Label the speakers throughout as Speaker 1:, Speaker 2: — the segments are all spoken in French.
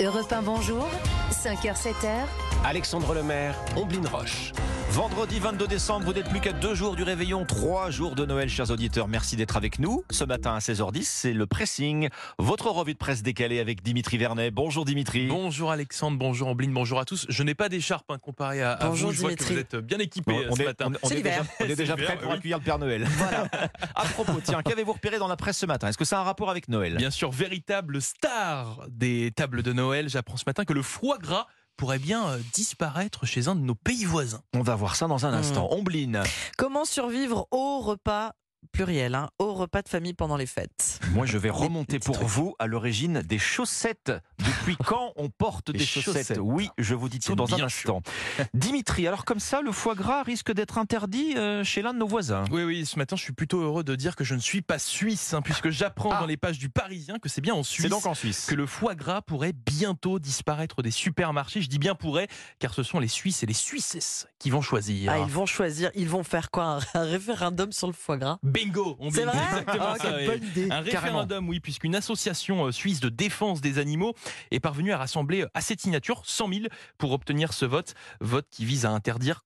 Speaker 1: Europe 1, bonjour. 5h, 7h.
Speaker 2: Alexandre Lemaire, Omblin Roche.
Speaker 3: Vendredi 22 décembre, vous n'êtes plus qu'à deux jours du réveillon, trois jours de Noël, chers auditeurs. Merci d'être avec nous. Ce matin à 16h10, c'est le pressing, votre revue de presse décalée avec Dimitri Vernet. Bonjour Dimitri.
Speaker 4: Bonjour Alexandre, bonjour Ambline, bonjour à tous. Je n'ai pas d'écharpe hein, comparé à, à
Speaker 5: Bonjour
Speaker 4: vous. Je vois
Speaker 5: Dimitri.
Speaker 4: que vous êtes bien équipé
Speaker 3: Euh, on,
Speaker 4: ce
Speaker 3: est,
Speaker 4: matin.
Speaker 3: on- on
Speaker 5: C'est
Speaker 3: est
Speaker 5: l'hiver.
Speaker 3: déjà, on est déjà prêt
Speaker 4: C'est l'hiver,
Speaker 3: pour
Speaker 4: oui.
Speaker 3: accueillir le Père Noël. à propos, tiens, qu'avez-vous repéré dans la presse ce matin Est-ce que ça a un rapport avec Noël
Speaker 4: Bien sûr, véritable star des tables de Noël, j'apprends ce matin que le foie gras pourrait bien euh, disparaître chez un de nos pays voisins.
Speaker 3: On va voir ça dans un instant.
Speaker 5: Hmm.
Speaker 3: Ombline,
Speaker 5: Comment survivre au repas pluriel, hein, au repas de famille pendant les fêtes
Speaker 3: moi je vais remonter
Speaker 5: petits
Speaker 3: pour
Speaker 5: trucs.
Speaker 3: vous à l'origine des chaussettes. Depuis quand on porte
Speaker 4: Les
Speaker 3: des chaussettes,
Speaker 4: chaussettes.
Speaker 3: Oui, je vous dis tout
Speaker 4: C'est
Speaker 3: dans un
Speaker 4: bien
Speaker 3: instant. Dimitri, alors comme ça, le foie gras risque d'être interdit euh, chez l'un de nos voisins.
Speaker 4: Oui, oui, ce matin, je suis plutôt heureux de dire que je ne suis pas suisse, hein, puisque j'apprends
Speaker 3: Ah.
Speaker 4: dans les pages du Parisien que c'est bien en Suisse.
Speaker 3: C'est donc en Suisse.
Speaker 4: que le foie gras pourrait bientôt disparaître des supermarchés. Je dis bien pourrait, car ce sont les Suisses et les Suisses qui vont choisir.
Speaker 5: Ah, ils vont choisir, ils vont faire quoi un- Un référendum sur le foie gras
Speaker 4: Bingo on
Speaker 5: C'est
Speaker 4: dit
Speaker 5: vrai
Speaker 4: exactement
Speaker 5: Ah,
Speaker 4: ça,
Speaker 5: quelle
Speaker 4: oui.
Speaker 5: bonne idée
Speaker 4: Un référendum, oui, puisqu'une association euh, suisse de défense des animaux est parvenue à rassembler euh, à cette signature 100 000 pour obtenir ce vote. Vote qui vise à interdire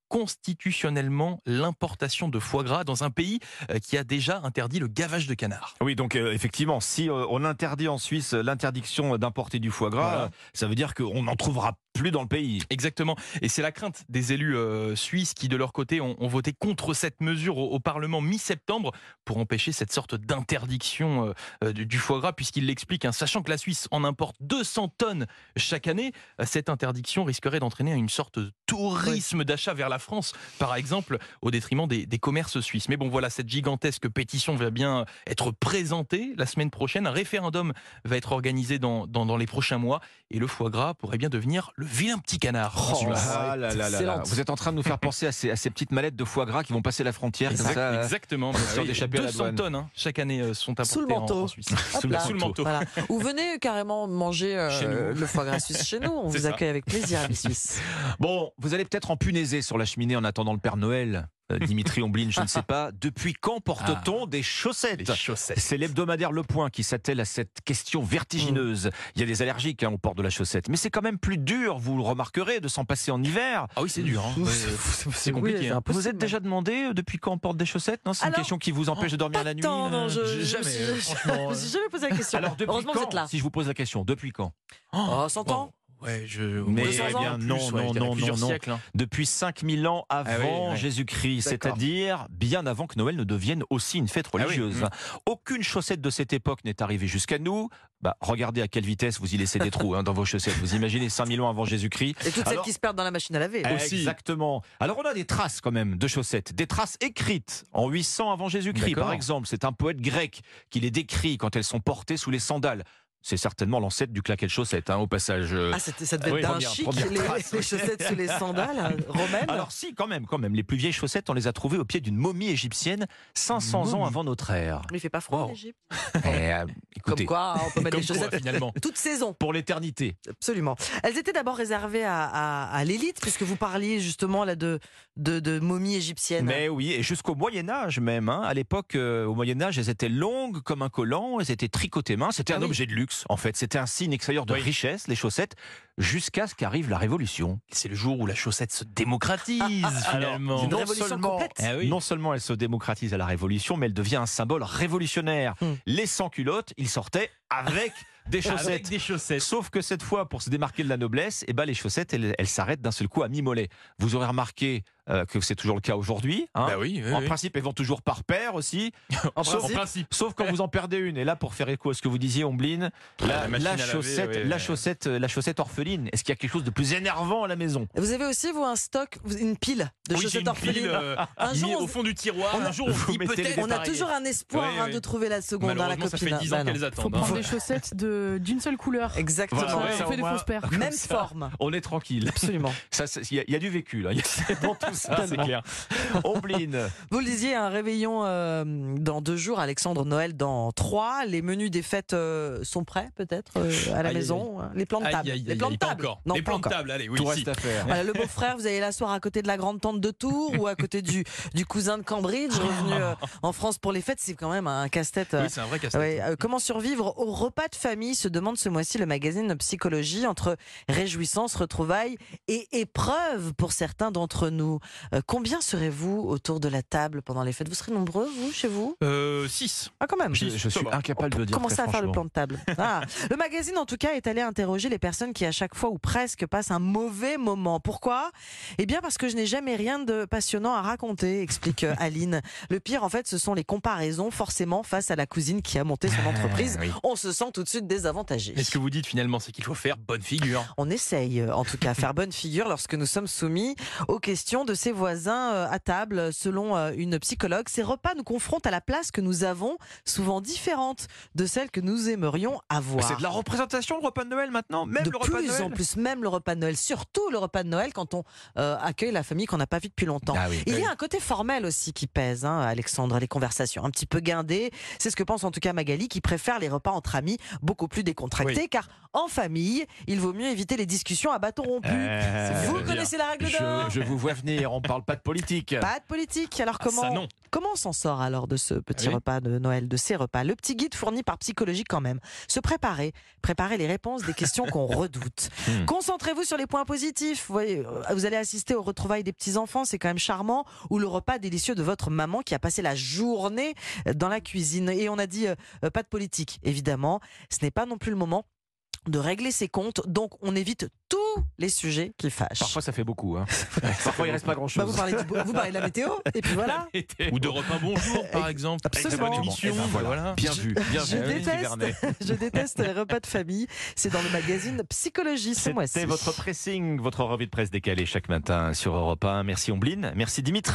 Speaker 4: constitutionnellement l'importation de foie gras dans un pays euh, qui a déjà interdit le gavage de canard.
Speaker 3: Oui, donc euh, effectivement, si euh, on interdit en Suisse euh, l'interdiction d'importer du foie gras,
Speaker 4: Voilà.
Speaker 3: euh, ça veut dire qu'on n'en trouvera plus dans le pays.
Speaker 4: Exactement. Et c'est la crainte des élus euh, suisses qui, de leur côté, ont, ont voté contre cette mesure au, au Parlement mi-septembre pour empêcher cette sorte d'interdiction euh, euh, du, du foie gras, puisqu'il l'explique, hein, sachant que la Suisse en importe 200 tonnes chaque année, euh, cette interdiction risquerait d'entraîner une sorte de tourisme d'achat vers la France, par exemple, au détriment des, des commerces suisses. Mais bon, voilà, cette gigantesque pétition va bien être présentée la semaine prochaine. Un référendum va être organisé dans- dans- dans les prochains mois et le foie gras pourrait bien devenir le vilain petit canard. en
Speaker 3: Oh
Speaker 4: Suisse.
Speaker 3: là là là là là.
Speaker 5: excellente.
Speaker 3: Vous êtes en train de nous faire penser à ces, à ces petites mallettes de foie gras qui vont passer la frontière comme
Speaker 4: Exact-
Speaker 3: ça, euh,
Speaker 4: exactement.
Speaker 3: Histoire
Speaker 4: Bah oui,
Speaker 3: d'échapper à la
Speaker 4: 200
Speaker 3: douane.
Speaker 4: tonnes hein, chaque année euh, sont apportées
Speaker 5: Sous le manteau.
Speaker 4: En, en Suisse.
Speaker 5: Hop
Speaker 4: sous,
Speaker 5: là.
Speaker 4: sous le manteau.
Speaker 5: Voilà. Ou venez carrément manger euh,
Speaker 4: Chez nous.
Speaker 5: le foie gras suisse chez nous. On
Speaker 4: C'est
Speaker 5: vous
Speaker 4: ça.
Speaker 5: accueille avec plaisir, amis suisses.
Speaker 3: Bon, vous allez peut-être en punaiser sur la cheminée en attendant le Père Noël. Euh, Dimitri Omblin, je ne sais pas. Depuis quand porte-t-on
Speaker 5: Ah.
Speaker 3: des chaussettes
Speaker 4: Les chaussettes.
Speaker 3: C'est l'hebdomadaire Le Point qui s'attelle à cette question
Speaker 5: Mm.
Speaker 3: vertigineuse. Il y a des allergiques hein, au port de la chaussette, mais c'est quand même plus dur, vous le remarquerez, de s'en passer en hiver.
Speaker 4: Ah oui, c'est dur. hein. Ouais, ouais, C'est compliqué.
Speaker 5: c'est
Speaker 4: hein.
Speaker 5: un peu-
Speaker 3: Vous êtes déjà demandé euh, depuis quand on porte des chaussettes Non, c'est une
Speaker 5: Alors,
Speaker 3: question qui vous empêche de dormir
Speaker 5: pas
Speaker 3: la nuit.
Speaker 5: tant, non,
Speaker 3: euh,
Speaker 5: hein, je-
Speaker 4: J'ai
Speaker 5: je
Speaker 4: jamais,
Speaker 5: suis-
Speaker 4: euh, franchement. euh.
Speaker 5: Je me suis jamais posé la question.
Speaker 3: Alors depuis
Speaker 5: Heureusement
Speaker 3: quand
Speaker 5: que vous êtes là.
Speaker 3: Si je vous pose la question, depuis quand
Speaker 5: Oh, 100 ans
Speaker 4: Oh, Ouais, je.
Speaker 3: Mais
Speaker 5: 200
Speaker 4: eh
Speaker 5: ans
Speaker 4: bien,
Speaker 3: en plus,
Speaker 4: non,
Speaker 3: ouais, il y en
Speaker 4: non,
Speaker 3: a
Speaker 4: non,
Speaker 3: plusieurs
Speaker 4: non, non.
Speaker 3: siècles, Depuis 5000 ans avant
Speaker 4: Ah oui, ouais.
Speaker 3: Jésus-Christ,
Speaker 4: D'accord. Ah
Speaker 3: c'est-à-dire bien avant que Noël ne devienne aussi une fête
Speaker 4: oui, Mmh.
Speaker 3: religieuse. Aucune chaussette de cette époque n'est arrivée jusqu'à nous. Bah, regardez à quelle vitesse vous y laissez des trous hein, dans vos chaussettes. Vous imaginez 5000 ans avant Jésus-Christ
Speaker 5: Et toutes celles
Speaker 3: Alors-
Speaker 5: qui se perdent dans la machine à laver.
Speaker 4: Eh, Aussi.
Speaker 3: Exactement. Alors on a des traces quand même de chaussettes, des traces écrites en 800 avant Jésus-Christ
Speaker 4: D'accord.
Speaker 3: par exemple. C'est un poète grec qui les décrit quand elles sont portées sous les sandales. C'est certainement l'ancêtre du claquet de chaussettes, hein, au passage. euh,
Speaker 5: Ah, c'était- ça devait
Speaker 3: Oui,
Speaker 5: être d'un
Speaker 3: première-
Speaker 5: chic,
Speaker 3: première
Speaker 5: les,
Speaker 3: trace,
Speaker 5: les chaussettes sous les sandales hein, romaines.
Speaker 3: Alors si, quand même, quand même. Les plus vieilles chaussettes, on les a trouvées au pied d'une momie égyptienne 500 ans
Speaker 4: Momie.
Speaker 3: avant notre ère.
Speaker 5: il fait pas froid
Speaker 3: Wow.
Speaker 5: en Égypte.
Speaker 3: Eh, euh,
Speaker 5: Comme
Speaker 3: écoutez,
Speaker 5: quoi, on peut mettre
Speaker 4: Comme
Speaker 5: des chaussettes
Speaker 4: quoi, finalement.
Speaker 5: toute saison.
Speaker 3: pour l'éternité.
Speaker 5: Absolument. Elles étaient d'abord réservées à, à- à l'élite, puisque vous parliez justement là de, de, de momies égyptiennes.
Speaker 3: Mais oui, et jusqu'au Moyen Âge même. hein. À l'époque, euh, au Moyen Âge, elles étaient longues comme un collant, elles étaient tricotées main. C'était
Speaker 5: Ah
Speaker 3: un
Speaker 5: oui.
Speaker 3: objet de luxe, en fait. C'était un signe extérieur de
Speaker 4: Oui.
Speaker 3: richesse, les chaussettes, jusqu'à ce qu'arrive la Révolution.
Speaker 4: C'est le jour où la chaussette se démocratise,
Speaker 3: C'est
Speaker 4: finalement.
Speaker 5: une révolution complète.
Speaker 4: Ah oui.
Speaker 3: non seulement elle se démocratise à la Révolution, mais elle devient un symbole révolutionnaire.
Speaker 5: Hmm.
Speaker 3: Les sans-culottes, ils sortaient avec des chaussettes.
Speaker 4: Avec des chaussettes.
Speaker 3: Sauf que cette fois, pour se démarquer de la noblesse, eh ben, les chaussettes, elles elles s'arrêtent d'un seul coup à mi-mollet. Vous aurez remarqué euh, que c'est toujours le cas aujourd'hui. hein.
Speaker 4: Bah oui, oui,
Speaker 3: en
Speaker 4: oui.
Speaker 3: principe, elles vont toujours par paire aussi,
Speaker 5: en
Speaker 3: sauf-
Speaker 4: En
Speaker 5: principe,
Speaker 4: principe.
Speaker 3: sauf quand vous en perdez une. Et là, pour faire écho à ce que vous disiez, Ombline, la,
Speaker 4: La machine
Speaker 3: la
Speaker 4: à laver,
Speaker 3: chaussette,
Speaker 4: oui,
Speaker 3: la
Speaker 4: oui.
Speaker 3: chaussette, euh, la chaussette orpheline. Est-ce qu'il y a quelque chose de plus énervant à la maison
Speaker 5: vous avez aussi, vous, un stock, vous- une pile de
Speaker 4: Oui, j'ai
Speaker 5: chaussettes
Speaker 4: une
Speaker 5: orphelines.
Speaker 4: pile, euh,
Speaker 5: Un
Speaker 4: mis
Speaker 5: jour, on
Speaker 4: au
Speaker 5: se-
Speaker 4: fond du tiroir.
Speaker 5: on a-
Speaker 4: un jour, on se
Speaker 3: Vous
Speaker 4: dit
Speaker 3: mettez les
Speaker 4: peut-être.
Speaker 5: on a toujours un espoir
Speaker 4: Oui,
Speaker 5: hein,
Speaker 4: oui.
Speaker 5: de trouver la seconde dans la
Speaker 4: Malheureusement, ça
Speaker 5: copine.
Speaker 4: fait 10
Speaker 5: Bah
Speaker 4: ans
Speaker 5: non.
Speaker 4: qu'elles
Speaker 6: Faut
Speaker 4: attendent. hein.
Speaker 6: prendre des chaussettes de- d'une seule couleur.
Speaker 5: Exactement.
Speaker 3: Voilà,
Speaker 6: Ça
Speaker 3: ouais,
Speaker 6: ça
Speaker 3: au
Speaker 6: fait des
Speaker 3: moins.
Speaker 6: fausses paires.
Speaker 5: Même forme.
Speaker 3: On est tranquille.
Speaker 5: Absolument.
Speaker 3: Ça, c'est- il y, a- il y a du vécu là. Il y a- c'est dans tout
Speaker 4: ça, c'est clair.
Speaker 3: Ombline,
Speaker 5: Vous le disiez, un réveillon euh, dans deux jours, Alexandre Noël dans trois. Les menus des fêtes euh, sont prêts peut-être euh, à la
Speaker 4: Aïe,
Speaker 5: maison. hein. Les plans de
Speaker 4: Aïe,
Speaker 5: table.
Speaker 4: aïe, aïe,
Speaker 5: les plans
Speaker 4: aïe,
Speaker 5: de
Speaker 4: pas
Speaker 5: table.
Speaker 4: encore.
Speaker 5: Non,
Speaker 4: les
Speaker 5: pas
Speaker 4: plans de
Speaker 5: encore.
Speaker 4: table, allez, oui.
Speaker 2: Tout
Speaker 4: si.
Speaker 2: reste à faire.
Speaker 5: Voilà, le beau-frère, vous allez l'asseoir à côté de la grande tante de Tours ou à côté du, du cousin de Cambridge, revenu euh, en France pour les fêtes. C'est quand même un casse-tête. euh,
Speaker 4: Oui, c'est un vrai casse-tête.
Speaker 5: Ouais, euh, comment survivre au repas de famille se demande ce mois-ci le magazine Psychologie entre réjouissance, retrouvailles et épreuves pour certains d'entre nous. Euh, combien serez-vous autour de la table pendant les fêtes Vous serez nombreux, vous, chez vous
Speaker 4: Euh, 6.
Speaker 5: Ah, quand même
Speaker 4: Je-
Speaker 2: Je suis
Speaker 4: Ça va.
Speaker 2: incapable de dire.
Speaker 5: Commencez
Speaker 2: très
Speaker 5: à faire le
Speaker 2: franchement.
Speaker 5: plan de table. Ah. Le magazine, en tout cas, est allé interroger les personnes qui, à chaque fois ou presque, passent un mauvais moment. Pourquoi Eh bien, parce que je n'ai jamais rien de passionnant à raconter, explique euh, Aline. Le pire, en fait, ce sont les comparaisons, forcément, face à la cousine qui a monté son
Speaker 4: Ah
Speaker 5: entreprise. On se sent tout de suite désavantagé.
Speaker 4: Mais ce que vous dites finalement, c'est qu'il faut faire bonne figure.
Speaker 5: On essaye, euh, en tout cas, faire bonne figure lorsque nous sommes soumis aux questions de ses voisins euh, à table. Selon euh, une psychologue, ces repas nous confrontent à la place que nous avons, souvent différente de celle que nous aimerions avoir.
Speaker 3: c'est de la représentation le repas de Noël maintenant, même
Speaker 5: de
Speaker 3: le repas de
Speaker 5: plus
Speaker 3: Noël.
Speaker 5: en plus, même le repas de Noël, surtout le repas de Noël quand on euh, accueille la famille qu'on n'a pas vue depuis longtemps.
Speaker 3: Ah oui.
Speaker 4: Euh,
Speaker 5: Il y a un côté formel aussi qui pèse, hein, Alexandre, les conversations un petit peu guindées. C'est ce que pense en tout cas Magali, qui préfère les repas entre amis beaucoup plus décontractés, car en famille, il vaut mieux éviter les discussions à bâton rompu.
Speaker 3: Euh,
Speaker 4: C'est
Speaker 5: Vous
Speaker 4: bien de
Speaker 5: connaissez la règle
Speaker 3: je,
Speaker 5: d'or
Speaker 3: je vous vois venir, on parle pas de politique.
Speaker 5: Pas de politique. Alors
Speaker 4: Ah, ça,
Speaker 5: comment
Speaker 4: non.
Speaker 5: Comment on s'en sort alors de ce petit
Speaker 4: Ah oui.
Speaker 5: repas de Noël, de ces repas Le petit guide fourni par Psychologie quand même. Se préparer, préparer les réponses des questions qu'on redoute.
Speaker 3: Hmm.
Speaker 5: Concentrez-vous sur les points positifs. Vous, voyez, euh, vous allez assister aux retrouvailles des petits-enfants, c'est quand même charmant, ou le repas délicieux de votre maman qui a passé la journée euh, dans la cuisine. Et on a dit euh, euh, pas de politique, évidemment. Ce n'est pas non plus le moment de régler ses comptes, donc on évite tous les sujets qui fâchent.
Speaker 2: Parfois, ça fait beaucoup. hein. Parfois, il reste
Speaker 5: Bah,
Speaker 2: pas
Speaker 5: vous,
Speaker 2: grand-chose.
Speaker 5: parlez du- vous parlez de la météo, et puis voilà.
Speaker 4: Ou de repas bonjour, par exemple.
Speaker 5: Absolument.
Speaker 4: Avec la bonne émission,
Speaker 3: Eh ben voilà.
Speaker 4: voilà.
Speaker 3: Bien vu, bien
Speaker 5: Je
Speaker 3: vu. Amélie
Speaker 5: déteste.
Speaker 3: Vernet.
Speaker 5: Je déteste les repas de famille. C'est dans le magazine Psychologie ce mois-ci.
Speaker 3: C'était votre pressing, votre revue de presse décalée chaque matin sur Europe 1. Merci Omblin, merci Dimitri.